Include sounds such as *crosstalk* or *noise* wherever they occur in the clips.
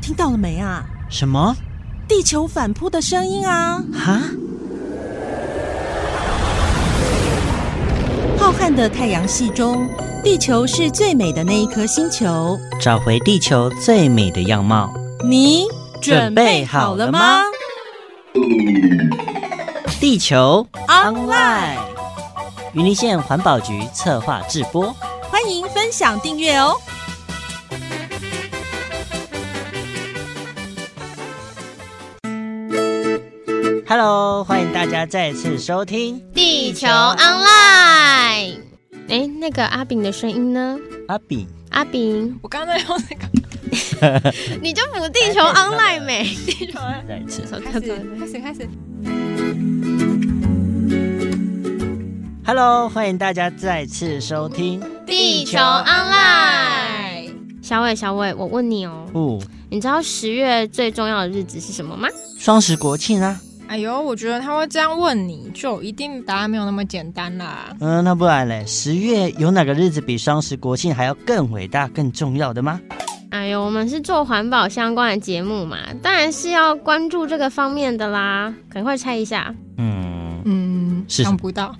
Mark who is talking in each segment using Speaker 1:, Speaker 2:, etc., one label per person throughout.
Speaker 1: 听到了没啊？
Speaker 2: 什么？
Speaker 1: 地球反扑的声音啊！
Speaker 2: 哈？
Speaker 1: 浩瀚的太阳系中，地球是最美的那一颗星球。
Speaker 2: 找回地球最美的样貌。
Speaker 1: 你
Speaker 2: 准备好了吗地球啊
Speaker 1: Online
Speaker 2: 云林县环保局策划制播。
Speaker 1: 欢迎分享订阅哦！
Speaker 2: Hello，欢迎大家再次收听
Speaker 3: 地球 online。哎，那个阿炳的声音呢？
Speaker 2: 阿炳。
Speaker 3: 阿炳，
Speaker 4: 我刚才用那个
Speaker 3: *laughs* 你就补地球 online 没？
Speaker 2: 再一次
Speaker 3: 走
Speaker 4: 开
Speaker 3: 走
Speaker 4: 始
Speaker 3: 走
Speaker 4: 开始开始，
Speaker 2: ，Hello，欢迎大家再次收听。
Speaker 3: 地球 online。小伟，小伟，我问你哦，
Speaker 2: 哦，
Speaker 3: 你知道十月最重要的日子是什么吗？
Speaker 2: 双十国庆啊，
Speaker 4: 哎呦，我觉得他会这样问你，就一定答案没有那么简单啦。
Speaker 2: 嗯，那不然嘞？十月有哪个日子比双十国庆还要更伟大、更重要的吗？
Speaker 3: 哎呦，我们是做环保相关的节目嘛，当然是要关注这个方面的啦。赶快猜一下，
Speaker 2: 嗯，
Speaker 4: 嗯，
Speaker 2: 是什
Speaker 4: 想
Speaker 2: 么
Speaker 4: 不到，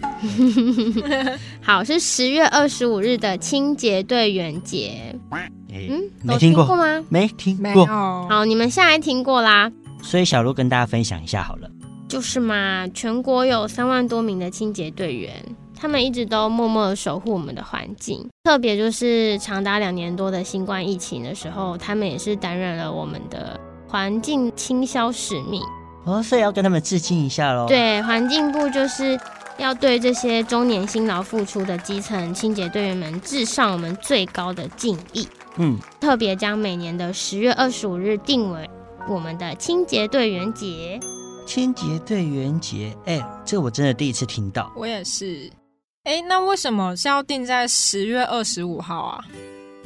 Speaker 3: 好，是十月二十五日的清洁队员节。
Speaker 2: 诶
Speaker 3: 嗯，
Speaker 2: 没
Speaker 3: 有
Speaker 2: 听过
Speaker 3: 吗？
Speaker 2: 没听
Speaker 4: 没
Speaker 2: 过，
Speaker 4: 有。
Speaker 3: 好，你们现在听过啦。
Speaker 2: 所以小鹿跟大家分享一下好了。
Speaker 3: 就是嘛，全国有三万多名的清洁队员，他们一直都默默的守护我们的环境。特别就是长达两年多的新冠疫情的时候，他们也是担任了我们的环境清消使命。
Speaker 2: 哦，所以要跟他们致敬一下喽。，
Speaker 3: 对，环境部就是要对这些中年辛劳付出的基层清洁队员们致上我们最高的敬意，
Speaker 2: 嗯，
Speaker 3: 特别将每年的十月二十五日定为我们的清洁队员节。
Speaker 2: 清洁队员节，哎、这我真的第一次听到。
Speaker 4: 我也是。哎，那为什么是要定在十月二十五号啊？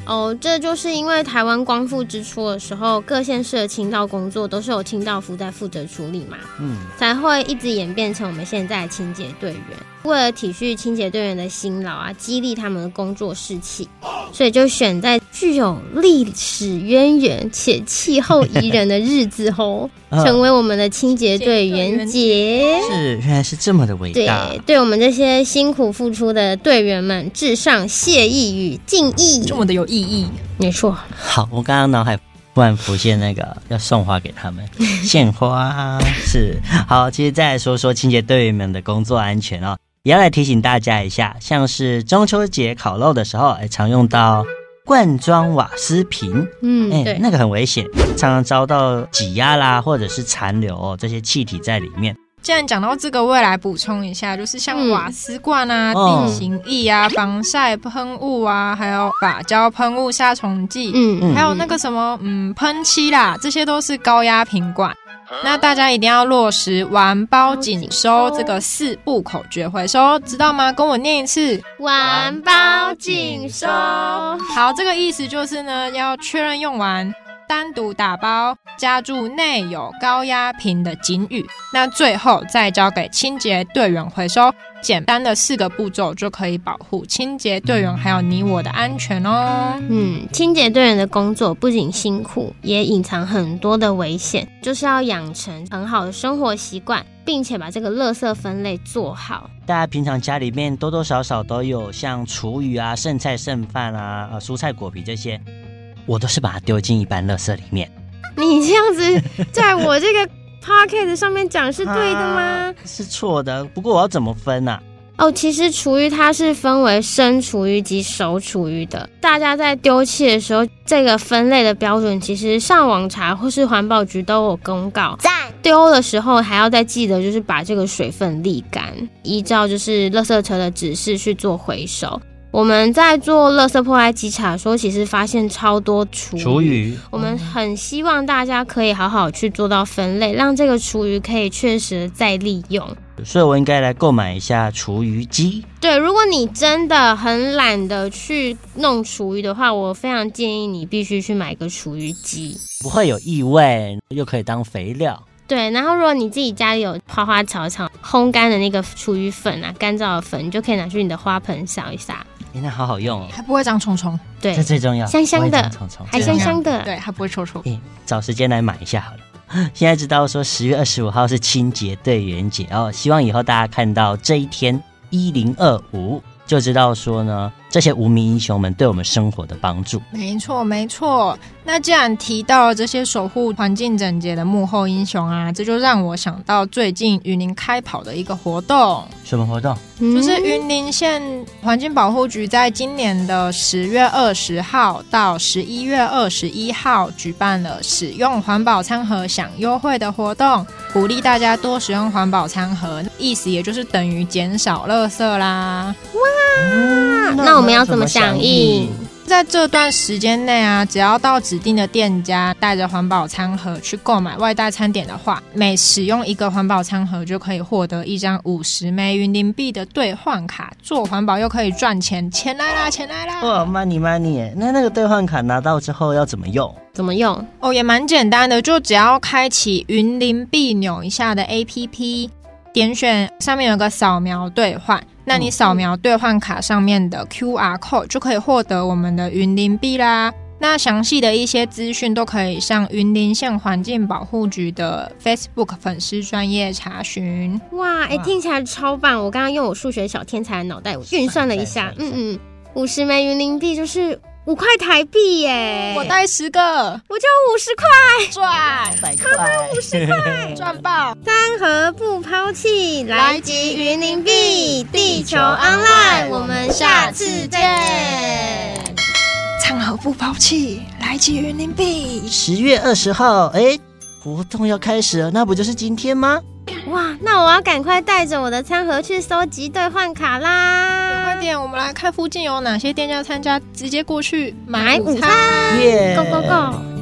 Speaker 3: 哦，这就是因为台湾光复之初的时候，各县市的清道工作都是由清道夫在负责处理嘛，
Speaker 2: 嗯，
Speaker 3: 才会一直演变成我们现在的清洁队员。为了体恤清洁队员的辛劳啊，激励他们的工作士气，所以就选在具有历史渊源且气候宜人的日子吼，
Speaker 2: 呃
Speaker 3: 成为我们的清洁队员节。
Speaker 2: 是原来是这么的伟
Speaker 3: 对
Speaker 2: 大。，
Speaker 3: 对我们这些辛苦付出的队员们，致上谢意与敬意
Speaker 4: 这。么的有意义，
Speaker 3: 没错。
Speaker 2: 好，我刚刚脑海突然浮现那个 *laughs* 要送花给他
Speaker 3: *laughs*
Speaker 2: 们，献花是好。其实再来说说清洁队员们的工作安全哦，也要来提醒大家一下，像是中秋节烤肉的时候，哎，常用到罐装瓦斯瓶，
Speaker 3: 嗯，
Speaker 2: 哎、
Speaker 3: 对，
Speaker 2: 那个很危险，常常遭到挤压啦，或者是残留、哦、这些气体在里面。
Speaker 4: 既然讲到这个，我也来补充一下，就是像
Speaker 3: 嗯
Speaker 4: 瓦斯罐啊、
Speaker 2: 哦
Speaker 4: 定型液啊、防晒喷雾啊，还有发胶喷雾、杀虫剂，
Speaker 3: 嗯
Speaker 2: 嗯
Speaker 4: 还有那个什么，嗯，喷漆啦，这些都是高压瓶罐。
Speaker 2: 啊
Speaker 4: 那大家一定要落实完包紧收这个四步口诀回收，知道吗？跟我念一次。
Speaker 3: 环保紧收，
Speaker 4: 好，这个意思就是呢，要确认用完，单独打包，加注内有高压瓶的警语。那最后再交给清洁队员回收，简单的四个步骤就可以保护清洁队员还有你我的安全哦。
Speaker 3: 嗯，清洁队员的工作不仅辛苦，也隐藏很多的危险，就是要养成很好的生活习惯，并且把这个垃圾分类做好。
Speaker 2: 大家平常家里面多多少少都有像厨余啊、剩菜剩饭啊、呃蔬菜果皮这些，我都是把它丢进一般垃圾里面。
Speaker 3: 你这样子在我这个 *laughs* p o c k e t 上面讲是对的吗
Speaker 2: 啊？？是错的。不过我要怎么分啊？
Speaker 3: 哦，其实厨余它是分为生厨余及熟厨余的。大家在丢弃的时候，这个分类的标准其实上网查或是环保局都有公告。丢的时候还要再记得，就是把这个水分沥干，依照就是垃圾车的指示去做回收。我们在做垃圾破坏机查的时候，其实发现超多厨
Speaker 2: 厨余，
Speaker 3: 我们很希望大家可以好好去做到分类，让这个厨余可以确实再利用。
Speaker 2: 所以我应该来购买一下厨余机。
Speaker 3: 对，如果你真的很懒得去弄厨余的话，我非常建议你必须去买个厨余机。
Speaker 2: 不会有异味，又可以当肥料。
Speaker 3: 对，然后如果你自己家里有花花草草烘干的那个厨余粉啊，干燥的粉，你就可以拿去你的花盆撒一撒，
Speaker 2: 诶那好好用哦，
Speaker 4: 还不会长虫虫，
Speaker 3: 对
Speaker 2: 这，最重要，
Speaker 3: 香香的
Speaker 2: 我也长虫虫
Speaker 3: 还香香的。
Speaker 4: 对，它不会臭臭。
Speaker 2: 诶，找时间来买一下好了。 *laughs* 现在知道说十月二十五号是清洁队员节哦，希望以后大家看到这一天一零二五，就知道说呢，这些无名英雄们对我们生活的帮助。
Speaker 4: 没错，没错。那既然提到了这些守护环境整洁的幕后英雄啊，这就让我想到最近云林开跑的一个活动，
Speaker 2: 什么活动？
Speaker 3: 嗯
Speaker 4: 就是云林县环境保护局在今年的十月二十号到十一月二十一号举办了使用环保餐盒享优惠的活动，鼓励大家多使用环保餐盒，意思也就是等于减少垃圾啦。
Speaker 3: 嗯那我们要怎么响应？
Speaker 4: 在这段时间内啊，只要到指定的店家带着环保餐盒去购买外带餐点的话，每使用一个环保餐盒就可以获得一张五十枚云林币的兑换卡，做环保又可以赚钱，钱来啦，钱来啦！
Speaker 2: 哇，money money！那那个兑换卡拿到之后要怎么用？
Speaker 3: 怎么用？
Speaker 4: 哦，也蛮简单的，就只要开启云林币钮一下的 APP，点选上面有个扫描兑换，那
Speaker 3: 嗯
Speaker 4: 你扫描兑换卡上面的 QR code 就可以获得我们的云林币啦。那详细的一些资讯都可以上云林县环境保护局的 Facebook 粉丝专业查询。
Speaker 3: 哇，哎、听起来超棒！我刚刚用我数学小天才的脑袋运算了一下
Speaker 2: 算，一下
Speaker 3: 嗯嗯，五十枚云林币就是五块台币耶，
Speaker 4: 我带十个，
Speaker 3: 我就五十块，
Speaker 4: 赚
Speaker 2: 百块，五十块，
Speaker 4: 赚爆！
Speaker 3: 三盒不抛弃，来集云林币，地球 online，我们下次见。
Speaker 4: 唱和不抛弃，来集云林币。
Speaker 2: 十月二十号，哎，活动要开始了，那不就是今天吗？
Speaker 3: 哇，那我要赶快带着我的餐盒去搜集兑换卡
Speaker 4: 快
Speaker 3: 啦！
Speaker 4: 点，我们来看附近有哪些店家参加，直接过去
Speaker 3: 买午餐
Speaker 4: 餐。
Speaker 2: 耶、
Speaker 3: ，Go Go Go！